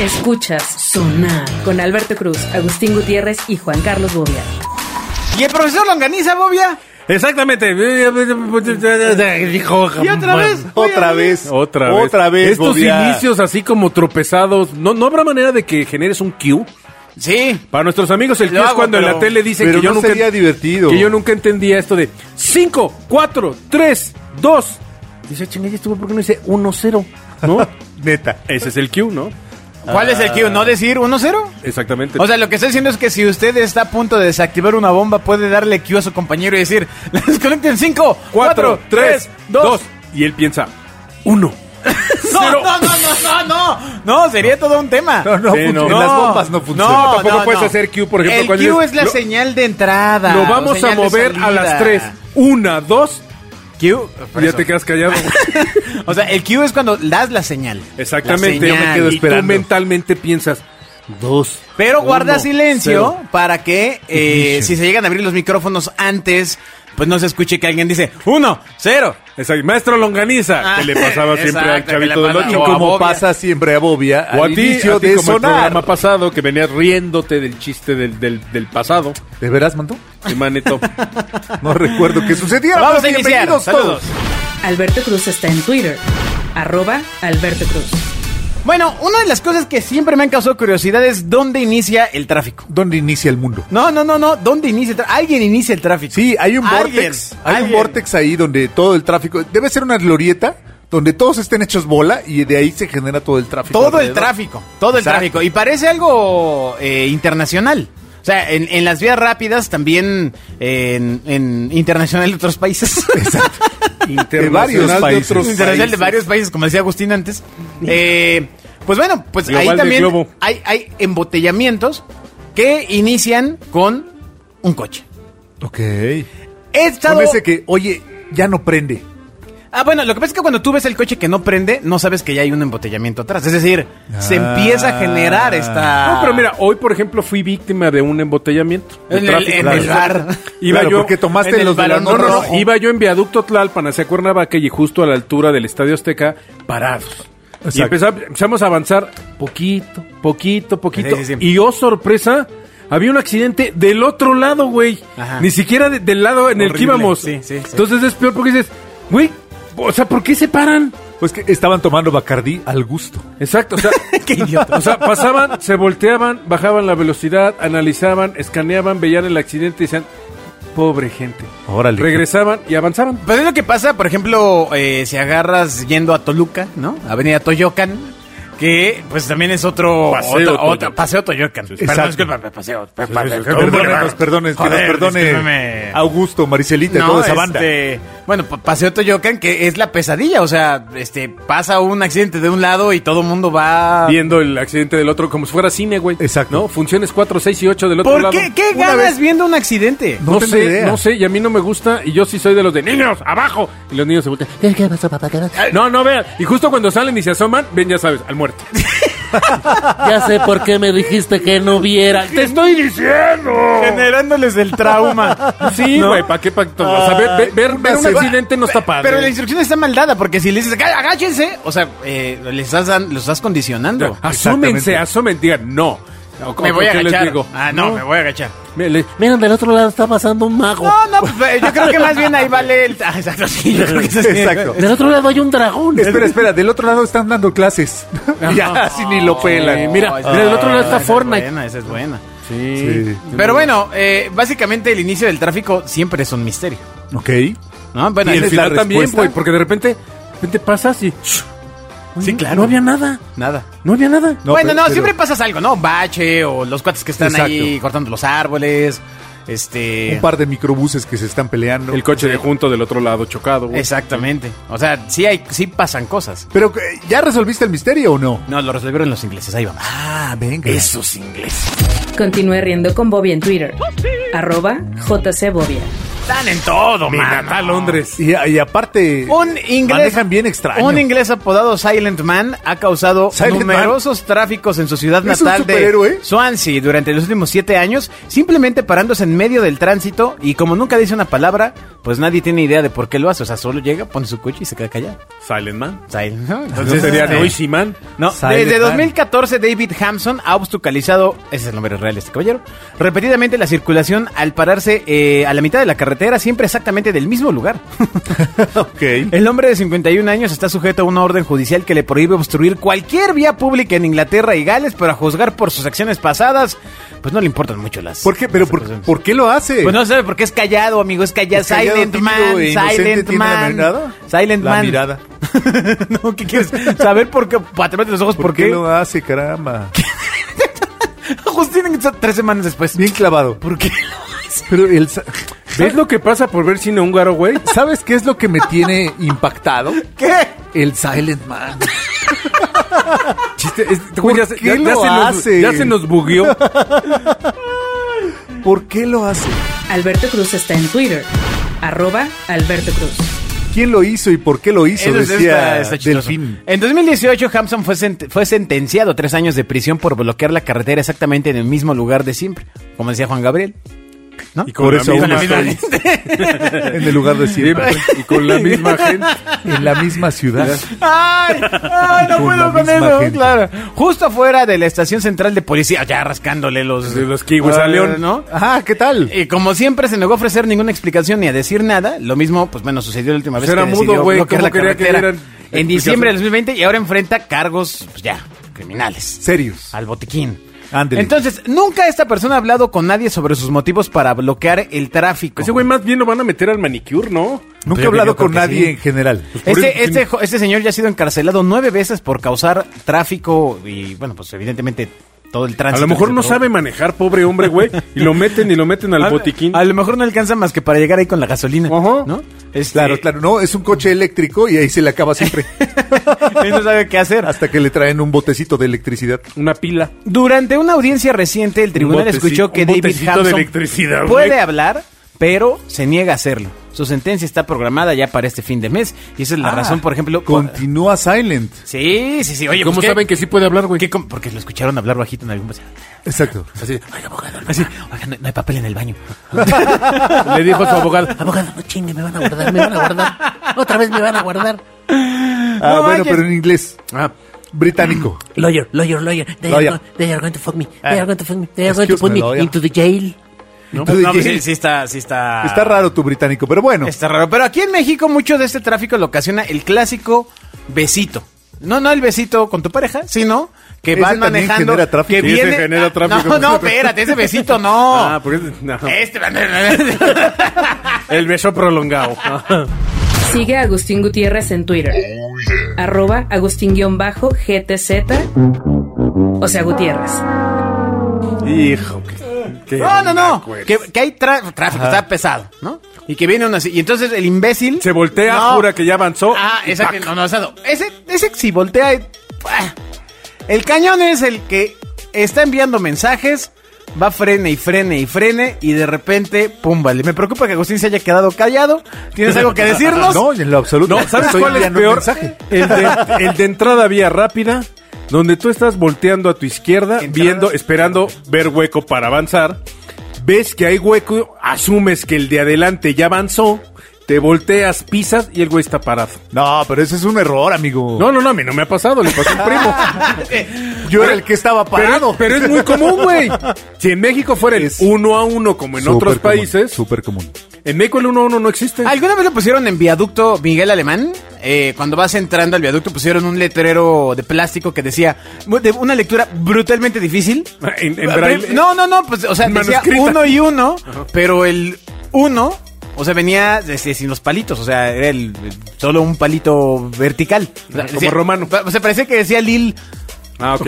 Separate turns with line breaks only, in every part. Escuchas Sonar con Alberto Cruz, Agustín Gutiérrez y Juan Carlos Bobia.
¿Y el profesor Longaniza, Bobia?
Exactamente. Dijo,
Y otra vez.
Otra
Oye,
vez.
Otra vez.
Otra vez,
Estos
Bobia.
inicios así como tropezados. ¿no, ¿No habrá manera de que generes un cue?
Sí.
Para nuestros amigos, el
Lo
cue es
hago,
cuando en
pero-
la tele dicen
pero
que yo
no
nunca.
sería divertido.
Que yo nunca entendía esto de 5, 4, 3, 2. Dice, chingue, ¿y estuvo? ¿Por qué no dice 1, 0? ¿No?
Neta.
Ese es el cue, ¿no?
¿Cuál es el que no decir 1-0?
Exactamente.
O sea, lo que está diciendo es que si usted está a punto de desactivar una bomba, puede darle Q a su compañero y decir, la desconecten 5, 4, 3, 2.
Y él piensa, 1.
No, no, no, no, no, no, no, sería todo un tema.
No, no,
Sí,
fun-
no.
en las bombas no funcionan.
Tampoco puedes hacer Q, por ejemplo,
El
cuando
Q
dices,
es la
lo-
señal de entrada.
Lo
Ah, o
vamos a
señal de
mover a
salida.
las 3. 1, 2.
Q, por
Ya
eso.
te quedas callado.
O sea, el Q es cuando das la señal.
Exactamente.
La señal.
y tú
esperando.
mentalmente piensas, 2.
Pero guarda silencio para que eh, si se llegan a abrir los micrófonos antes, pues no se escuche que alguien dice uno, cero.
Exacto. Maestro Longaniza,
Ah,
que le pasaba siempre al
exacto, que le
chavito del
pasa-
Y
8.
o a
como
Bobia.
pasa siempre a Bobia,
O a
al
ti,
inicio
a ti
de
como el programa
sonar.
pasado, que venías riéndote del chiste del, del, del pasado.
¿De veras, Manto?
Y Maneto.
No recuerdo qué sucediera.
Vamos
pero
a iniciar.
pues, bienvenidos
Saludos.
Alberto Cruz está en Twitter, arroba Alberto Cruz.
Bueno, una de las cosas que siempre me han causado curiosidad es dónde inicia el tráfico.
¿Dónde inicia el mundo?
No, no, no, no. ¿Dónde inicia el tráfico? Alguien inicia el tráfico.
Sí, hay un
Alguien,
vortex. Hay un
alguien.
vortex ahí donde todo el tráfico. Debe ser una glorieta donde todos estén hechos bola y de ahí se genera todo el tráfico.
Todo el
alrededor.
tráfico, todo el
Exacto.
tráfico. Y parece algo eh, internacional. O sea, en, en las vías rápidas también eh, en, en internacional de otros países.
De varios
Internacional
países.
otros
internacional de
países.
varios países, como decía Agustín antes. Eh, pues bueno, pues
Global
ahí
de
también
globo.
hay, hay embotellamientos que inician con un coche.
Ok.
He estado-
Con ese que, oye, ya no prende.
Ah, bueno, lo que pasa es que cuando tú ves el coche que no prende, no sabes que ya hay un embotellamiento atrás. Es decir, se
Ah.
empieza a generar esta...
No, pero mira, hoy por ejemplo fui víctima de un embotellamiento. de
En el-
tráfico.
en
Claro.
el bar.
Iba
Claro,
yo
porque tomaste
en el
los de la
balón-
nota
no, no, no,
rojo.
iba yo en viaducto Tlalpan hacia Cuernavaca y justo a la altura del Estadio Azteca parados. Y
Exacto.
empezamos, empezamos a avanzar poquito, poquito, poquito.
Sí, sí, sí.
Y oh sorpresa, había un accidente del otro lado, güey.
Ajá.
Ni siquiera de- del lado en el que
Horrible.
íbamos.
Sí, sí, sí.
Entonces es peor porque dices, güey, o sea, ¿por qué se paran?
Pues que estaban tomando Bacardí al gusto.
Exacto, o sea,
Qué idiota.
o sea, pasaban, se volteaban, bajaban la velocidad, analizaban, escaneaban, veían el accidente y decían, pobre gente.
Órale.
Regresaban y avanzaban.
Pues es lo que pasa, por ejemplo, eh, si agarras yendo a Toluca, ¿no? Avenida Toyocan, que pues también es otro
Paseo
otro-
Toyocan.
otra- paseo Toyocan. Perdón,
Exacto.
disculpa, paseo. pa- pa- perdón,
Perdónenos, perdónenos, perdónenos, que nos
Joder,
perdone
discúlpeme.
Augusto, Maricelita,
No,
toda esa banda.
este, bueno, pa- paseo Toyocan, que es la pesadilla, o sea, este, pasa un accidente de un lado y todo el mundo va...
Viendo el accidente del otro como si fuera cine, güey.
Exacto.
¿No? Funciones 4, 6 y 8 del otro
¿Por
lado.
qué? ¿Qué
Una
ganas
vez-
viendo un accidente?
No,
No tengo
sé,
idea.
no sé, y a mí no me gusta, y yo sí soy de los de niños, abajo. Y los niños se voltean. "Eh, ¿Qué pasó, papá? ¿Qué pasó?". No, no vean. Y justo cuando salen y se asoman, ven, ya sabes, al muerto.
Ya sé por qué me dijiste que no viera.
¡Te estoy diciendo!
Generándoles el trauma.
Sí, güey, ¿para qué? Pa' o sea,
Ah,
ver, ver- ver
Una
un
se-
accidente no está padre.
Pero la instrucción está mal dada, porque si le dices, "Agá- agáchense, o sea, eh, les estás dan- los estás condicionando.
Asúmense,
Exactamente.
asumen, digan, no. O- o-
me voy a
Ah, ¿qué les
agachar.
digo?
Ah, no, me voy a agachar.
Me- le-
Miren, del otro lado está pasando un mago.
No, no, pues, eh, yo creo que más bien ahí vale el... Ah, exacto, sí, yo creo que eso sí.
Exacto.
Del otro lado hay un dragón.
Espera, espera, del otro lado están dando clases. ya, si ni lo pelan.
Sí,
mira,
esa-
mira, del otro lado
esa
está
es
Fortnite.
buena, esa es buena.
Sí.
Pero bueno, eh, básicamente el inicio del tráfico siempre es un misterio.
Ok.
¿no? Bueno,
Y el
¿Tienes
sí,
la
final también,
respuesta?
güey, porque de repente, de repente pasas y...
sí, claro.
No había nada,
Nada.
no había nada.
No,
bueno,
pero-
no,
pero-
siempre pasas algo, ¿no? Bache o los cuates que están
Exacto.
ahí cortando los árboles, este...
Un par de microbuses que se están peleando.
El coche de junto del otro lado chocado, güey.
Exactamente. O sea, sí hay, sí pasan cosas.
Pero, eh, ¿ya resolviste el misterio o no?
No, lo resolvieron los ingleses, ahí vamos.
Ah, venga.
Esos ingleses.
Continúe riendo con Bobia en Twitter, arroba JC Bobia.
Están en todo,
Me
mano.
mata a Londres.
Y, y aparte,
Un inglés.
manejan bien extraño.
Un inglés apodado Silent Man ha causado
Silent
numerosos tráficos en su ciudad
¿Es un
natal de
superhéroe?
Swansea durante los últimos siete años, simplemente parándose en medio del tránsito y como nunca dice una palabra, pues nadie tiene idea de por qué lo hace. O sea, solo llega, pone su coche y se queda callado.
Silent Man.
O sea, ¿no?
Entonces
Entonces,
sería
este,
Noisy Man.
No,
Silent
desde
Man.
2014 David Hampson ha obstaculizado, ese es el nombre real de este caballero, repetidamente la circulación al pararse eh, a la mitad de la carretera, siempre exactamente del mismo lugar.
Ok.
El hombre de 51 años está sujeto a una orden judicial que le prohíbe obstruir cualquier vía pública en Inglaterra y Gales, pero a juzgar por sus acciones pasadas, pues no le importan mucho las...
¿Por qué? ¿Pero por,
las
por qué lo hace?
pues no sabe por qué es callado, amigo. Es callado.
Es callado,
Silent
tímido
Man,
e inocente,
Silent
¿tiene la
Man.
mirada?
Silent
La
Man.
mirada.
no, ¿qué quieres? Saber por qué. Para los ojos,
¿Por,
¿por,
qué?
qué?
lo hace, caramba?
Justín, tres semanas después.
Bien clavado.
¿Por qué?
Pero el sa-
¿Ves lo que pasa por ver cine húngaro, güey?
¿Sabes qué es lo que me tiene impactado?
¿Qué?
El Silent Man.
Chiste, es-
¿Por
güey, ya, se-
qué
ya- ya
lo
se nos,
hace?
ya se nos bugueó.
¿Por qué lo hace?
Alberto Cruz está en Twitter. Arroba Alberto Cruz.
¿Quién lo hizo y por qué lo hizo?
Eso
decía
chistoso.
Delfín.
En 2018, Hampson fue, sent- fue sentenciado a tres años de prisión por bloquear la carretera exactamente en el mismo lugar de siempre, como decía Juan Gabriel. ¿No?
Y con
Por
la
eso
misma
aún
gente.
estoy en el lugar de siempre.
Y con la misma gente.
en la misma ciudad.
¡Ay! ¡Ay, no
Con
puedo
la
con
misma
eso!
gente.
Claro. Justo afuera de la estación central de policía, ya rascándole los, Ah,
De los kiwis a León.
¿no?
Pues
Eh,
Ajá, ¿qué tal?
Y como siempre se negó a ofrecer ninguna explicación ni a decir nada, lo mismo, pues bueno, sucedió la última vez
Pues era
que
mudo,
decidió
güey,
bloquear
¿cómo
la
quería que
carretera
dieran
en diciembre
explicación?
del 2020 y ahora enfrenta cargos, pues ya, criminales.
Serios.
Al botiquín.
Ándele.
Entonces, nunca esta persona ha hablado con nadie sobre sus motivos para bloquear el tráfico.
Ese güey más bien lo van a meter al manicure, ¿no?
Nunca he
Yo
hablado
creo
con
que
nadie
sí.
en general.
Este, este, jo- este señor ya ha sido encarcelado nueve veces por causar tráfico y, bueno, pues evidentemente todo el
A
tránsito.
lo mejor
que se
no
provoca.
sabe manejar, pobre hombre, güey. Y lo meten y lo meten al
A-
botiquín.
A lo mejor no alcanza más que para llegar ahí con la gasolina.
Ajá.
¿No? Este,
Pues, Claro, claro, no, es un coche eléctrico y ahí se le acaba siempre.
él no sabe qué hacer.
Hasta que le traen un botecito de electricidad.
Una pila.
Durante una audiencia reciente, el tribunal
boteci-
escuchó que
un
David
botecito de electricidad,
Hampson
güey.
puede hablar, pero se niega a hacerlo. Su sentencia está programada ya para este fin de mes y esa es la
Ah,
razón, por ejemplo. cu-
Continúa Silent.
Sí, sí, sí. Oye,
¿Cómo
pues, ¿qué-
saben que sí puede hablar, güey?
qué com- Porque lo escucharon hablar bajito en algún
Exacto.
Así,
Ah,
oiga, abogado,
Así, oiga, no, no hay papel en el baño.
Le dijo a su abogado.
abogado, no chingue, me van a guardar, me van a guardar. Otra vez me van a guardar.
Ah,
No
bueno,
manches.
pero en inglés.
Ah,
Británico.
Lawyer, lawyer, lawyer. They,
Lawyer.
Are, go- they are going to fuck me. They
Ah.
are
Eh.
going to fuck me. They are going to
Excuse
put
me,
me
lawyer.
into the jail.
¿Y tú de
No, pues,
qué?
sí, Ah. sí está, sí está.
Está raro tu británico, pero bueno.
Está raro. Pero aquí en México mucho de este tráfico lo ocasiona el clásico besito. No, no el besito con tu pareja, sino que
Ese
van
también
manejando.
genera tráfico.
Que
Sí, ese
viene-
genera
Ah,
tráfico.
No, no, espérate, ese besito no.
ah, porque es- no.
Este.
El beso prolongado.
Sigue a Agustín Gutiérrez en Twitter. Arroba Agustín-GTZ. O sea, Gutiérrez.
Hijo. que- que-
No, no, no. Que, que hay tra- tráfico, está pesado, ¿no? Y que viene uno así. Y entonces el imbécil.
Se voltea,
No.
jura que ya avanzó.
Ah,
y
exacto. No, no, o sea, no. Ese, ese si voltea. eh, ¡buah! El cañón es el que está enviando mensajes, va frene y frene y frene, y de repente, pum, vale. Me preocupa que Agustín se haya quedado callado. ¿Tienes algo que decirnos?
No, en lo absoluto.
No, ¿sabes
Estoy
cuál es
enviando un
peor?
mensaje.
El de, el de entrada vía rápida, donde tú estás volteando a tu izquierda,
Entradas.
viendo, esperando ver hueco para avanzar. Ves que hay hueco, asumes que el de adelante ya avanzó, te volteas, pisas y el güey está parado.
No, pero ese es un error, amigo.
No, no, no, a mí no me ha pasado, le pasó a un primo.
Yo era el que estaba parado.
Pero, pero es muy común, güey. Si en México fuera el
Es
uno a uno como en
Súper
otros
común,
países,
Súper común.
en México el uno a uno no existe.
¿Alguna vez lo pusieron en viaducto Miguel Alemán? Eh, cuando vas entrando al viaducto pusieron un letrero de plástico que decía mu- de una lectura brutalmente difícil.
En- en braille.
No, no, no, pues, o sea, decía
Manuscrita.
uno y uno, pero el uno, o sea, venía desde- sin los palitos, o sea, era el, solo un palito vertical. O sea,
Como romano.
O sea, parecía que decía Lil.
Ah, ok.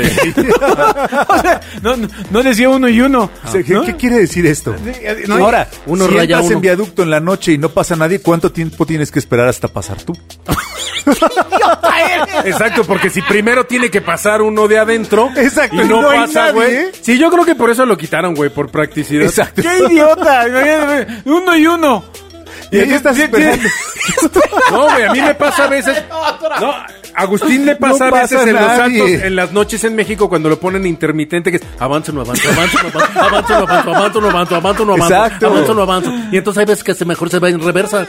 O sea, no, no, no decía uno y uno.
Ah. O sea, ¿qué,
Ah. ¿no?
qué quiere decir esto?
no,
Ahora,
uno
si
raya
entras
uno.
en viaducto en la noche y no pasa nadie, ¿cuánto tiempo tienes que esperar hasta pasar tú?
Exacto, porque si primero tiene que pasar uno de adentro
Exacto,
y
y
no,
no hay
pasa,
nadie.
güey. Sí, yo creo que por eso lo quitaron, güey, por practicidad.
Exacto.
¡Qué idiota! Imagínate, uno y uno.
Y ahí estás esperando.
No, güey, a mí me pasa a veces. No, Agustín le pasa
No
a veces
pasa
en los
nadie.
santos, en las noches en México, cuando lo ponen intermitente, que es avanzo, no avanzo, avanzo, no avanzo, avanzo, no avanzo, avanzo, no avanzo, avanzo, no avanzo,
Exacto.
avanzo, no avanzo. Y entonces hay veces que se mejor se va en reversa.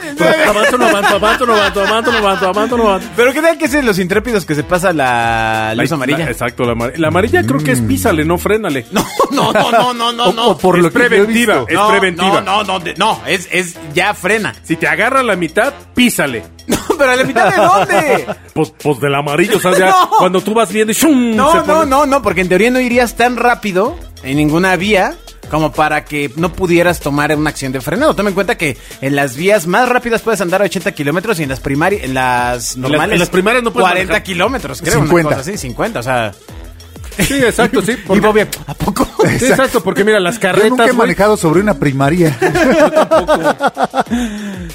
Avanzo, no avanzo, avanzo, no avanzo, avanzo, no avanzo, avanzo, no avanzo.
Pero qué tal que es de los intrépidos que se pasa la luz
La-
amarilla.
la- exacto, la, amar- la amarilla creo
Mm.
que es písale, no frénale.
No, no, no, no, no, no.
O- o por
es
lo que yo he
preventiva,
visto.
es
No,
preventiva.
No, no, no, de- no, es, es ya frena.
Si te agarra la mitad, písale.
No, pero a la mitad de dónde.
Pues, pues del amarillo, o sea, ya
No.
cuando tú vas viendo, ¡shum! se
No, no,
pone-
no, no, porque en teoría no irías tan rápido en ninguna vía como para que no pudieras tomar una acción de frenado. Toma en cuenta que en las vías más rápidas puedes andar a 80 kilómetros y en las primarias, en las normales,
en las primarias no puedes
40
manejar.
kilómetros, creo, 50.
50.
una cosa así, 50, o sea,
Sí, exacto, sí.
y
porque-
Bobby, ¿a poco?
Sí, exacto, porque mira, las
Yo nunca he
carretas, güey,
manejado sobre una primaria.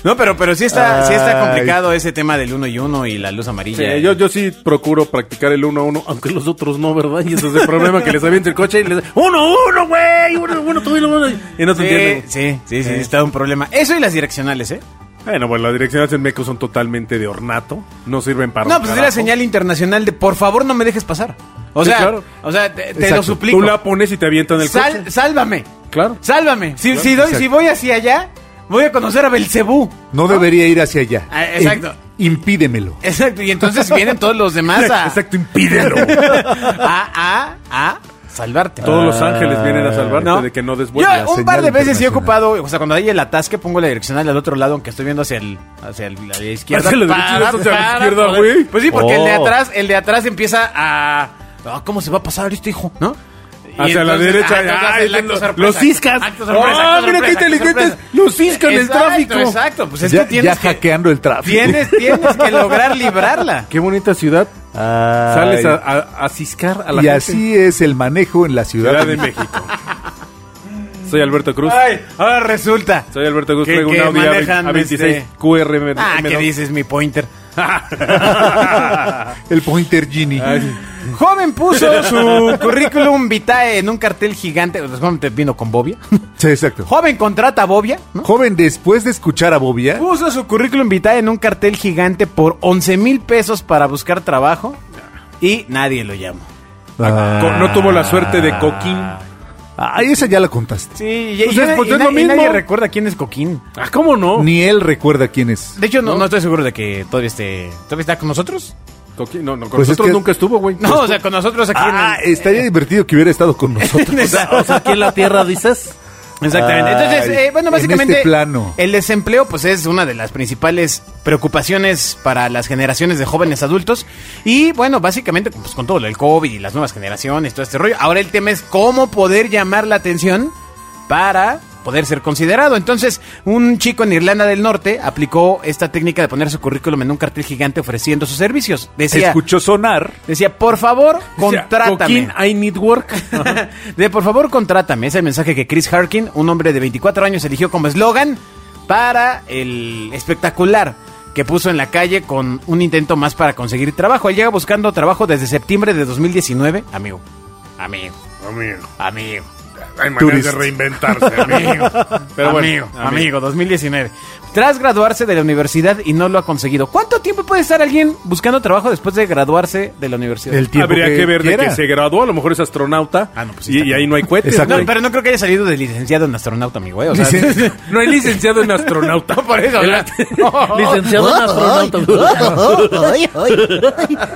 No, pero, pero sí está, sí está
Ay.
complicado ese tema del uno y uno y la luz
Sí,
amarilla.
yo, yo sí procuro practicar el 1 a 1, aunque los otros no, ¿verdad? Y ese es el problema que les avienta el coche y les ¡Uno, uno, güey! ¡Uno, uno, tú y lo uno! Y no te
Sí,
entienden.
sí, sí, sí, está un problema. Eso y las direccionales, ¿eh?
Bueno, bueno, las direcciones en México son totalmente de ornato, no sirven para
No,
un
pues es
carajo.
la señal internacional de por favor no me dejes pasar. O
Sí,
sea,
claro.
o sea, te, te
Exacto.
lo suplico.
Tú la pones y te avientan el
Sal-
coche.
sálvame.
Claro.
Sálvame. Si, si, doy-
exacto.
si voy hacia allá, voy a conocer a Belcebú.
No debería ir hacia allá.
Ah, exacto.
Eh, impídemelo.
Exacto. Y entonces vienen todos los demás a,
Exacto, impídelo.
a, a, a salvarte.
Todos los
Ah,
ángeles vienen a salvarte
¿No?
de que no des
Yo
vueltas.
un
señal
par de veces sí he
internacional.
ocupado, o sea, cuando hay el atasque pongo la direccional al otro lado, aunque estoy viendo hacia el hacia el- la izquierda.
Es que la direccional es hacia la izquierda,
poder-
güey.
Pues sí, porque el de
Oh.
atrás, el de atrás empieza a ah, ¿cómo se va a pasar este hijo? ¿No? Y
Hacia la
entonces,
derecha,
ah, entonces
ay,
hace el acto
los-
sorpresa.
los ciscas.
Acto sorpresa,
Ah,
acto
mira qué
sorpresa, acto
inteligentes,
sorpresa.
los ciscan el
Exacto,
tráfico.
Exacto, pues es
ya
que tienes
ya
que-
hackeando el tráfico.
tienes tienes que lograr librarla.
Qué bonita ciudad. Sales a, a- a ciscar a la
y
gente.
así es el manejo en la ciudad,
Ciudad
de
de México. Soy Alberto Cruz.
Ay, ahora resulta.
Soy Alberto Cruz,
Que-
traigo un
que
Audi
manejan,
A- A26
este-
QRM.
Ah, ¿qué dices mi pointer?
México. El Pointer Genie.
Ah,
Joven puso su currículum vitae en un cartel gigante. Pues, joven te vino con Bobia.
Sí, exacto.
Joven contrata a Bobia. ¿no?
Joven, después de escuchar a Bobia,
Puso su currículum vitae en un cartel gigante por 11 mil pesos para buscar trabajo. Y nadie lo llamó.
Uh,
ah,
Co- No tuvo la suerte de Coquín.
ay, esa ya la contaste.
Sí, y,
Pues
y-
es-
y
pues es
na-
lo
y
mismo.
nadie recuerda quién es Coquín.
Ah, ¿cómo no?
Ni él recuerda quién es.
De hecho, no, no estoy seguro de que todavía esté. ¿Todavía está con nosotros?
Coquín, no, no, con
Pues es
nosotros
que-
nunca estuvo, güey.
No, o sea, con nosotros aquí
Ah,
en el-
estaría divertido que hubiera estado con nosotros.
O sea,
O sea, aquí en la tierra dices.
Exactamente.
Ay,
Entonces, eh, bueno,
en
básicamente
este plano.
el desempleo pues es una de las principales preocupaciones para las generaciones de jóvenes adultos y bueno, básicamente pues con todo lo del COVID y las nuevas generaciones, todo este rollo. Ahora el tema es cómo poder llamar la atención para poder ser considerado. Entonces, un chico en Irlanda del Norte aplicó esta técnica de poner su currículum en un cartel gigante ofreciendo sus servicios. Decía,
Escuchó sonar.
decía, "Por favor,
O sea,
contrátame."
Coquín, I need work.
De por favor contrátame, es el mensaje que Chris Harkin, un hombre de 24 años, eligió como eslogan para el espectacular que puso en la calle con un intento más para conseguir trabajo. Él llega buscando trabajo desde septiembre de 2019, amigo. Amigo,
Amigo,
amigo.
hay maneras
Turista.
de reinventarse, amigo.
Pero bueno,
amigo,
amigo.
amigo, 2019. Tras graduarse de la universidad y no lo ha conseguido. ¿Cuánto tiempo puede estar alguien buscando trabajo después de graduarse de la universidad?
El tiempo
Habría que, ver de
quiera.
que se graduó, a lo mejor es astronauta.
Ah, no, pues sí
y,
está
y ahí no hay cohetes.
Exacto.
No,
güey.
pero no creo que haya salido de licenciado en astronauta, mi güey. O sea,
Licen-
No hay licenciado en astronauta.
por eso,
El-
¿verdad?
Licenciado en astronauta.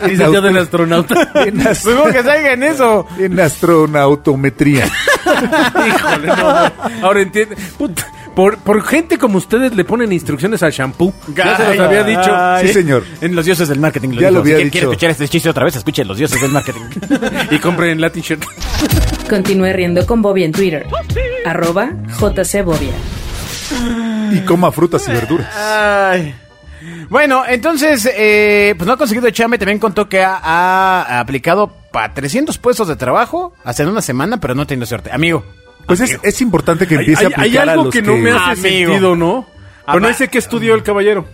Licenciado en astronauta.
En, as-
Supongo que salga en eso.
en astronautometría.
Híjole, no, no. Ahora entiende. Puta, Por, por gente como ustedes le ponen instrucciones al shampoo. Ya se los había dicho.
Sí, señor.
En los dioses del marketing lo
Ya
dijo.
lo había
si quiere-
dicho.
quiere escuchar este chiste otra vez, escuche los dioses del marketing.
Y compren la t-shirt.
Continúe riendo con Bobia en Twitter. Arroba JC Bobia.
Y coma frutas y verduras.
Ah,
Ay. Bueno, entonces, eh, pues no ha conseguido chamba. y También contó que ha, ha aplicado para 300 puestos de trabajo hace una semana, pero no ha tenido suerte. Amigo.
Pues es, es importante que
hay,
empiece a
hay
aplicar a
algo
los
que, no me hace
Amigo.
sentido, ¿no? Pero
Ama-
no dice que estudió el caballero.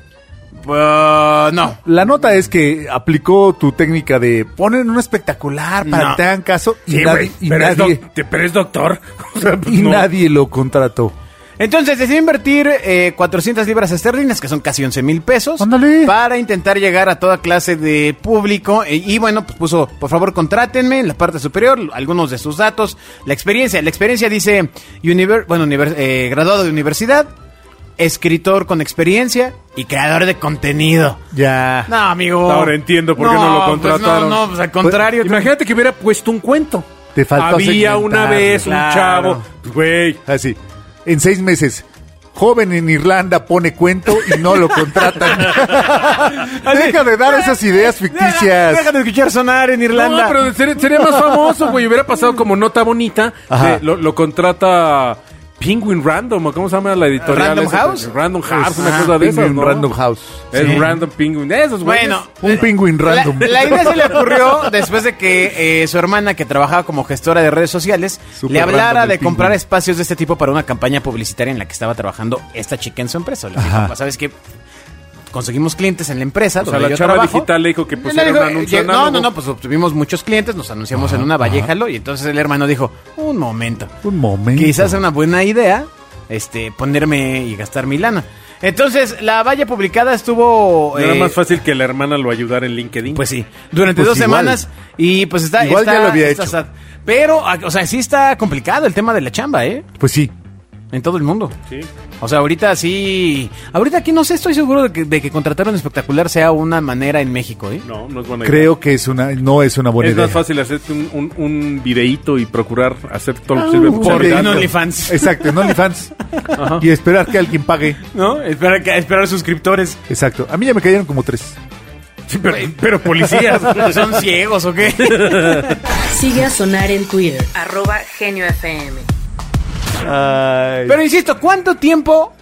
uh, no.
La nota es que aplicó tu técnica de ponen un espectacular para
No.
que te hagan caso y
Sí,
nadie,
güey,
y
pero, es
nadie-
doc- te- pero es doctor. O sea, pues,
y
no.
nadie lo contrató.
Entonces decidí invertir eh, 400 libras esterlinas, que son casi 11 mil pesos,
Ándale.
para intentar llegar a toda clase de público. eh, y bueno, pues puso, por favor, contrátenme en la parte superior, algunos de sus datos, la experiencia. La experiencia dice, univer- bueno, univer- eh, graduado de universidad, escritor con experiencia y creador de contenido.
Ya.
No, amigo.
Ahora entiendo por qué no lo
pues
contrataron.
no, no, pues al contrario.
Imagínate que hubiera puesto un cuento.
Te faltó
Había una
segmentarlo,
vez un
claro.
chavo, pues, güey,
Así. En seis meses. Joven en Irlanda pone cuento y no lo contratan. Deja de dar esas ideas ficticias.
Déjame escuchar sonar en Irlanda.
No, pero ser- sería más famoso, güey. Hubiera pasado como nota bonita.
Ajá.
de- lo, lo contrata Penguin Random, ¿o ¿cómo se llama la editorial?
¿Random
esa?
House?
Random House, una
Ajá,
cosa de esas,
Penguin
¿no?
Ah, Random House.
Es
Sí.
Random Penguin. Esos, güeyes.
Bueno,
Un pingüín
La,
random.
la idea se le ocurrió después de que eh, su hermana, que trabajaba como gestora de redes sociales,
Super
le hablara
random
de
el
comprar
pingüino.
espacios de este tipo para una campaña publicitaria en la que estaba trabajando esta chica en su empresa. Le dijo,
Ajá.
"Pues, ¿sabes qué? Conseguimos clientes en la empresa.
O sea,
donde
la
yo
chava
trabajo".
digital le dijo que pues,
Le
pusiera
dijo,
un anuncio
"Eh, No, no,
análogo".
no, pues obtuvimos muchos clientes, nos anunciamos en una valléjalo y entonces el hermano dijo, un momento.
Un momento.
Quizás sea una buena idea este ponerme y gastar mi lana. Entonces, la valla publicada estuvo...
No Era
eh,
más fácil que la hermana lo ayudara en LinkedIn.
pues sí, durante
Pues
dos
igual.
semanas y pues está...
Igual
está-
ya lo había
está
hecho.
sad. Pero, a- o sea, sí está complicado el tema de la chamba, ¿eh?
Pues sí.
En todo el mundo.
Sí.
O sea, ahorita sí... Ahorita aquí no sé, estoy seguro de que, de que contratar un espectacular sea una manera en México, ¿eh?
No, no es buena idea.
Creo que es una, no es una buena
Es
idea.
más fácil hacerte un, un, un videíto y procurar hacer todo lo
Ah,
posible.
un
por
Porque
videíto.
en
salirte.
OnlyFans.
Exacto, en OnlyFans. y esperar que alguien pague.
¿No? Espera que, esperar suscriptores.
Exacto. A mí ya me cayeron como tres.
Sí, pero, pero policías.
¿Son ciegos o qué?
Sigue a Sonar en Twitter, arroba Genio FM.
Pero insisto, ¿cuánto tiempo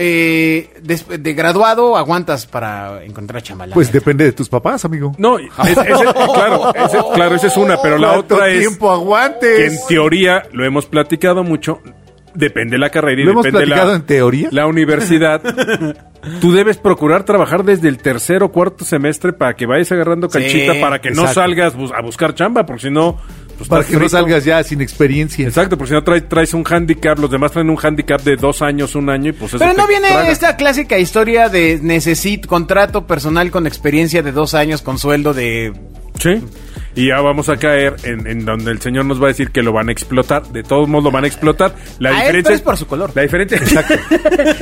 eh, des- de graduado aguantas para encontrar chamba?
Pues depende de tus papás, amigo.
No, es- es- es- claro, ese- claro, esa es una, pero la
¿Cuánto
otra es
tiempo
que en
aguantes?
teoría lo hemos platicado mucho. Depende la carrera y
¿Lo hemos
depende
platicado
la,
en teoría?
la universidad. Tú debes procurar trabajar desde el tercer o cuarto semestre para que vayas agarrando canchita
Sí,
para que no
exacto.
salgas bus- a buscar chamba, porque si no. pues,
Para
estás
que no
frito.
salgas ya sin experiencia.
Exacto, porque si no traes, traes un handicap, los demás traen un handicap de dos años, un año y pues eso
Pero no
te
viene este-
traga.
esta clásica historia de necesito contrato personal con experiencia de dos años con sueldo de...
Sí. Y ya vamos a caer en, en donde el señor nos va a decir que lo van a explotar. De todos modos lo van a explotar. La
A él,
diferencia
pero es por su color.
La diferencia.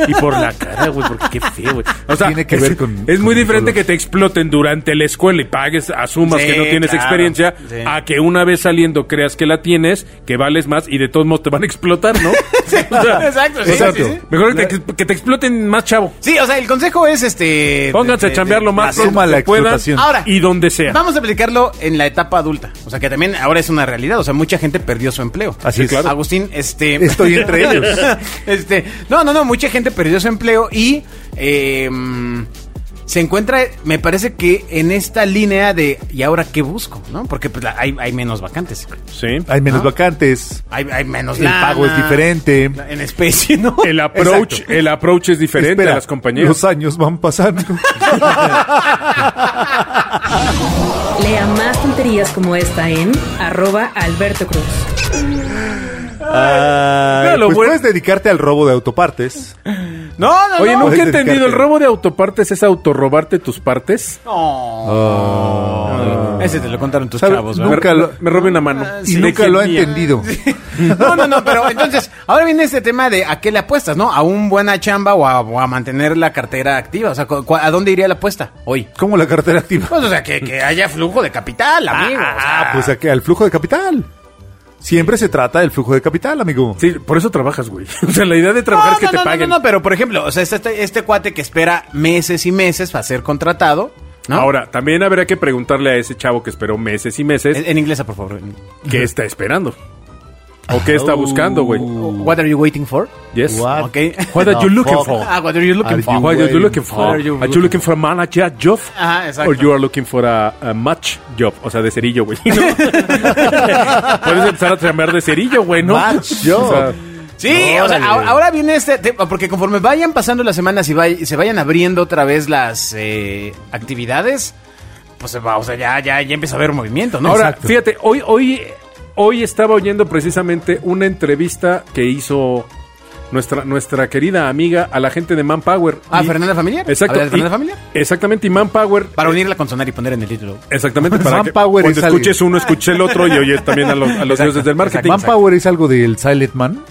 y por la cara, güey, porque qué feo, güey. O sea,
Tiene que
es,
ver con-
es muy
con el
diferente
color.
que te exploten durante la escuela y pagues, asumas
Sí,
que no tienes
claro,
experiencia,
sí.
a que una vez saliendo creas que la tienes, que vales más y de todos modos te van a explotar, ¿no? O sea,
Exacto, sí,
exacto.
sí, sí.
Mejor que te, que te exploten más chavo.
Sí, o sea, el consejo es este...
Pónganse a chambear lo más
la suma,
pronto
la
que puedan
explotación.
Ahora,
y donde sea.
Vamos a aplicarlo en la etapa adulta. O sea, que también ahora es una realidad. O sea, mucha gente perdió su empleo.
Así es.
Claro. Agustín, este...
Estoy entre ellos.
este, no, no, no, mucha gente perdió su empleo y eh, mm, se encuentra, me parece que en esta línea de ¿y ahora qué busco? ¿No? Porque pues, la- hay, hay menos vacantes,
Sí.
Hay menos vacantes.
hay, hay menos
El
lana,
pago es diferente.
la- En especie, ¿no?
El approach,
Exacto.
el approach es diferente
Espera,
a las compañías.
Los años van pasando.
Lea más tonterías como esta en arroba Alberto Cruz.
Ay,
lo
pues
bueno-
puedes dedicarte al robo de autopartes.
No, no,
Oye,
no.
no.
nunca he
Puedes
entendido,
dedicarte.
¿el robo de autopartes es autorrobarte tus partes?
No, Ese te lo contaron tus
¿Sabe?
chavos, ¿verdad?
Nunca
me,
lo- Ah,
me robé una mano.
Y
¿De
nunca
quién
lo ha
mía?
entendido.
No, no, no, pero entonces, ahora viene este tema de a qué le apuestas, ¿no? ¿A un buena chamba o a, o a mantener la cartera activa? O sea, cu- cu- ¿a dónde iría la apuesta hoy?
¿Cómo la cartera activa?
Pues, o sea, que, que haya flujo de capital, amigo. o sea.
Ah, pues aquí, al flujo de capital. Siempre se trata del flujo de capital, amigo.
Sí, por eso trabajas, güey. O sea, la idea de
No,
trabajar es que
no,
te
no, no,
paguen.
No, no, pero por ejemplo, o sea, este- este, este cuate que espera meses y meses para ser contratado, ¿no?
Ahora, también habría que preguntarle a ese chavo que esperó meses y meses,
En, en inglés, por favor.
¿qué está esperando? ¿O qué está buscando, güey?
What are you waiting for?
Yes.
Oh. What?
Ok.
Uh. Ah, What are you
the
looking
fuck?
for?
Ah, what are you looking
Are
for?
What are you looking
What
for?
are
Are
you
you looking for a manager job?
Ajá, exacto.
Or you are looking for a, a match job, o sea, de cerillo, güey. ¿no? Puedes empezar a chambear de cerillo, güey, ¿no?
Match job.
O sea,
Sí, o sea,
Órale.
ahora ahora viene este tema, porque conforme vayan pasando las semanas y, vay- y se vayan abriendo otra vez las eh, actividades, pues se va, o sea, ya, ya, ya empieza a haber movimiento, ¿no?
ahora,
Exacto.
fíjate, hoy, hoy, hoy estaba oyendo precisamente una entrevista que hizo nuestra, nuestra querida amiga, a la gente de Manpower.
Ah,
Y-
Fernanda Familia.
Exacto.
¿Habla de Fernanda
y-
Familia?
Exactamente, y Manpower.
Para unirla con sonar y poner en el título.
Exactamente, para que
Manpower
cuando
es alguien.
escuches uno, escuches el otro y oyes también a los, a los
Exacto,
dioses del marketing.
¿Manpower es algo del Silent Man?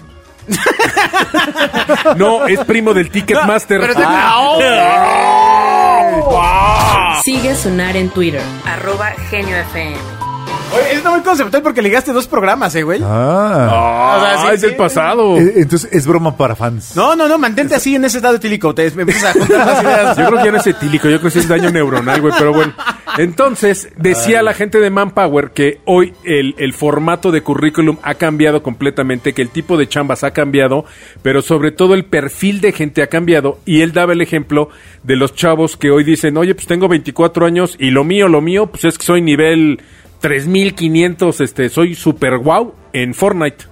No, es primo del Ticketmaster.
Ah.
Ah,
Sigue a Sonar en Twitter, arroba Genio FM.
Oye, está muy conceptual porque ligaste dos programas, eh, güey.
Ah.
Ah,
O sea, sí,
es del
sí.
pasado.
Eh, Entonces es broma para fans.
No, no, no, mantente así en ese estado etílico. Te empiezas a juntar las ideas.
Yo creo que ya no es etílico, yo creo que sí es daño neuronal, güey, pero bueno. Entonces, decía la gente de Manpower que hoy el, el formato de currículum ha cambiado completamente, que el tipo de chambas ha cambiado, pero sobre todo el perfil de gente ha cambiado. Y él daba el ejemplo de los chavos que hoy dicen, oye, pues tengo 24 años y lo mío, lo mío, pues es que soy nivel 3500, este, soy super wow en Fortnite.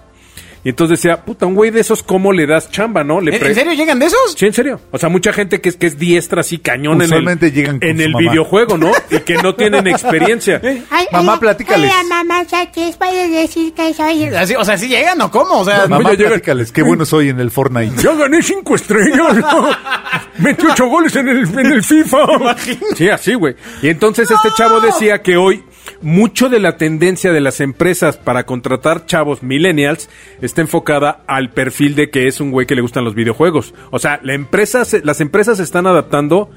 Y entonces decía, puta, un güey de esos, ¿cómo le das chamba, no? Le
¿En,
pre-
en serio llegan de esos?
Sí, en serio. O sea, mucha gente que es, que es diestra así cañón en el,
Usualmente llegan con
en
su
el
mamá. ¿Eh?
videojuego, ¿no? Y que no tienen experiencia.
Ay,
Mamá,
oiga,
platícales.
Hola, mamá, ¿sabes? Puedes decir que soy...
Así, o sea, ¿sí llegan o cómo? O sea,
Mamá,
ya llega-
platícales, qué bueno soy en el Fortnite.
Yo gané cinco estrellas. ¿no? Metí ocho goles en el, en el FIFA. Sí, así, güey. Y entonces este chavo decía que hoy mucho de la tendencia de las empresas para contratar chavos millennials está enfocada al perfil de que es un güey que le gustan los videojuegos. O sea, la empresa se- las empresas se están adaptando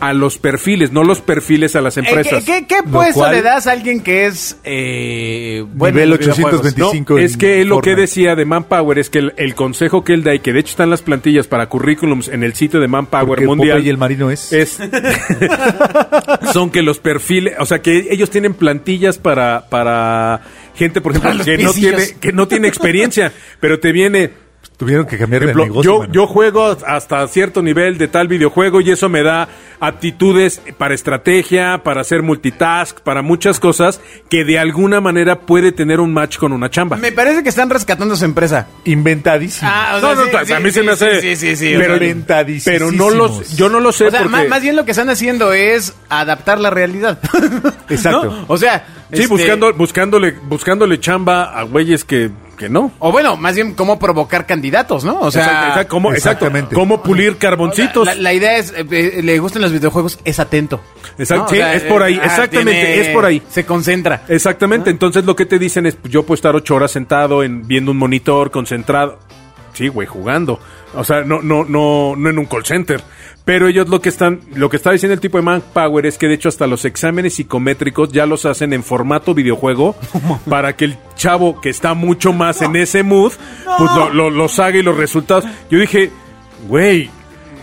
a los perfiles, no los perfiles a las
Eh, ¿qué-
empresas.
¿Qué, qué
Lo
puesto
cual-
le das a alguien que es eh,
Nivel
en videojuegos?
825.
No,
cinco
es
en
que él lo que
Fortnite.
decía de Manpower es que el, el consejo que él da y que de hecho están las plantillas para currículums en el sitio de Manpower
Porque
Mundial
Popeye el marino es.
es- son que los perfiles, o sea que ellos tienen plantillas para para gente por
Para
ejemplo
los
que no
piecillos.
tiene que no tiene experiencia, pero te viene
Tuvieron que cambiar de
ejemplo,
negocio.
yo,
mano.
yo juego hasta cierto nivel de tal videojuego y eso me da aptitudes para estrategia, para hacer multitask, para muchas cosas que de alguna manera puede tener un match con una chamba.
Me parece que están rescatando su empresa.
Inventadísimo.
Ah, o sea,
No, no,
sí,
ta-
sí,
a mí
sí,
se me
sí,
hace.
Sí, sí, sí. o
Pero,
sea,
pero no los. Yo no lo sé
o sea,
porque.
más, más bien lo que están haciendo es adaptar la realidad.
Exacto.
¿No? O sea,
sí,
este,
buscando, buscándole, buscándole chamba a güeyes que, que no.
O bueno, más bien cómo provocar candidatos, ¿no? O sea,
Exacto, exacto, cómo- exacto,
exactamente.
cómo pulir carboncitos.
La, la idea es, eh, eh, le gustan los videojuegos, es atento.
Exacto, sí, es por ahí, exactamente, es por ahí.
eh, ah,
Eh.
Se concentra.
Exactamente, entonces lo que te dicen es, pues, yo puedo estar ocho horas sentado en, viendo un monitor, concentrado. Sí, güey, jugando. O sea, no, no, no, no en un call center. Pero ellos lo que están, lo que está diciendo el tipo de Manpower es que de hecho hasta los exámenes psicométricos ya los hacen en formato videojuego para que el chavo que está mucho más en ese mood, pues lo- lo- los haga y los resultados. Yo dije, güey,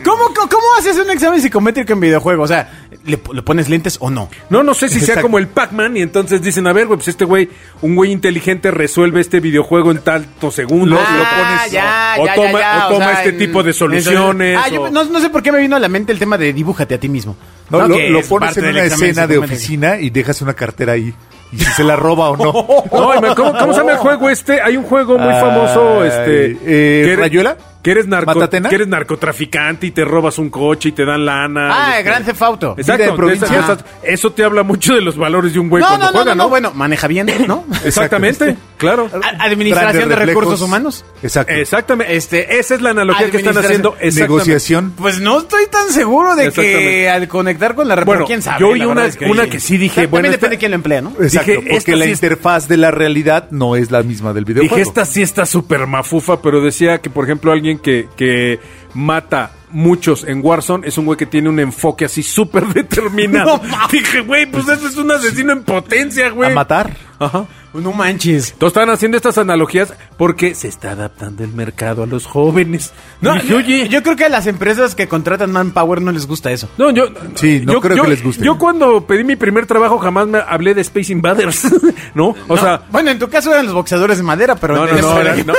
¿Cómo, co- cómo haces un examen psicométrico en videojuego? O sea, ¿le, le pones lentes o no?
No, no sé si sea
Exacto.
como el Pac-Man y entonces dicen, a ver, güey, pues este güey, un güey inteligente resuelve este videojuego en tantos segundos,
Ah,
lo pones
ya,
o
ya,
toma,
ya, ya,
o
o
toma
sea,
este
en-
tipo de
en-
soluciones.
Ah, yo
o-
no, no sé por qué me vino a la mente el tema de dibújate a ti mismo.
No,
¿no?
lo,
Que
lo
es
pones
parte
en
del
una
examen
escena de
psicométrico.
oficina y dejas una cartera ahí. Y si se la roba o no.
No, y me- ¿cómo, cómo se llama el juego este? Hay un juego muy
Ay,
famoso, este...
eh,
que eres-
¿Rayuela?
Que eres, narco-
¿Matatena?
que eres narcotraficante y te robas un coche y te dan lana.
Ah,
este-
Gran Cefauto.
Exacto,
Vida de
de esas
provincia.
cosas. eso te habla mucho de los valores de un güey
No,
cuando
no, no,
juega,
no,
¿no?
no, bueno, maneja bien, ¿no?
Exactamente, claro.
A- Administración de
Grandes
recursos
reflejos.
humanos.
Exacto.
Exactamente, este, esa es la analogía que están
Administración-
haciendo. Exactamente.
Negociación.
Pues no estoy tan seguro de
Exactamente.
que al conectar con la red,
Bueno,
pero quién sabe.
yo oí
la verdad
una-
es
una que sí dije,
También
bueno,
depende
esta-
de quién lo emplea, ¿no?
Exacto,
Dije,
porque
esta
la
sí es-
interfaz de la realidad no es la misma del videojuego.
Dije, esta sí está súper mafufa, pero decía que, por ejemplo, alguien que, que mata muchos en Warzone es un güey que tiene un enfoque así súper determinado. Dije, güey, pues eso es un asesino en potencia,
A
güey.
matar.
Ajá.
Pues No manches.
Entonces están haciendo estas analogías porque se está adaptando el mercado a los jóvenes.
No,
Dije,
yo,
oye,
yo creo que a las empresas que contratan Manpower no les gusta eso.
No, yo.
Sí, no
yo-
creo
yo-
que les guste.
Yo cuando pedí mi primer trabajo jamás me hablé de Space Invaders, ¿no? O
No,
sea,
bueno, en tu caso eran los boxeadores de madera, pero
No,
en
no,
el-
no, era- no.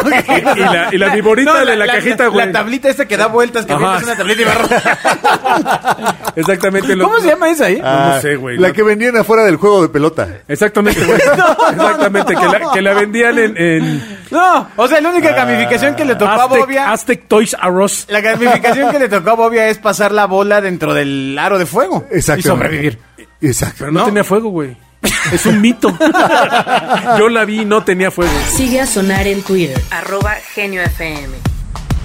Y- y la- y la viborita de la cajita, güey.
La tablita esta que da vueltas, que
Ajá.
es una tablita y va ro-
Exactamente, lo-
¿Cómo se llama esa ahí?
Ah, sé, güey,
La
no.
que vendían afuera del juego de pelota.
exactamente, güey. exactamente, que la, que la vendían en- en,
No, o sea, la
Ah,
única gamificación que le tocó a
Aztec,
Bobia,
Aztec Toys R Us.
la gamificación que le tocó a Bobia es pasar la bola dentro del aro de fuego
Exacto.
y sobrevivir.
Exacto.
Pero no,
No.
tenía fuego, güey. Es un mito. Yo la vi y no tenía fuego.
Sigue a Sonar en Twitter, arroba Genio FM.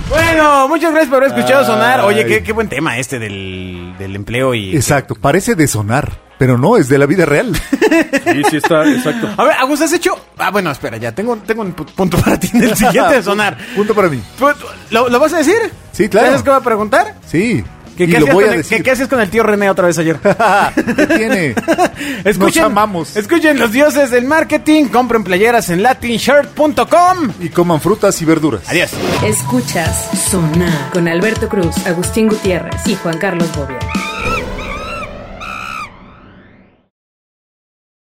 Bueno, muchas gracias por haber escuchado
Ah,
sonar. Oye,
Ay.
qué, qué buen tema este del, del empleo y...
Exacto, parece de sonar, pero no, es de la vida real.
Sí, sí está, exacto.
A ver, Agus, ¿has hecho...? Ah, bueno, espera, ya tengo, tengo un pu- punto para ti en el siguiente de sonar.
Punto para mí.
¿Tú- tú- ¿Lo, lo vas a decir?
Sí, claro.
¿Sabes qué va a preguntar?
Sí.
¿Que
y
qué
lo
hacías
voy
con
a
el-
decir.
que qué hacías con el tío René otra vez ayer?
¿Qué tiene?
Escuchen,
Nos amamos.
Escuchen los dioses del marketing. Compren playeras en latinshirt.com.
Y coman frutas y verduras.
Adiós.
Escuchas Sonar con Alberto Cruz, Agustín Gutiérrez y Juan Carlos Bobia.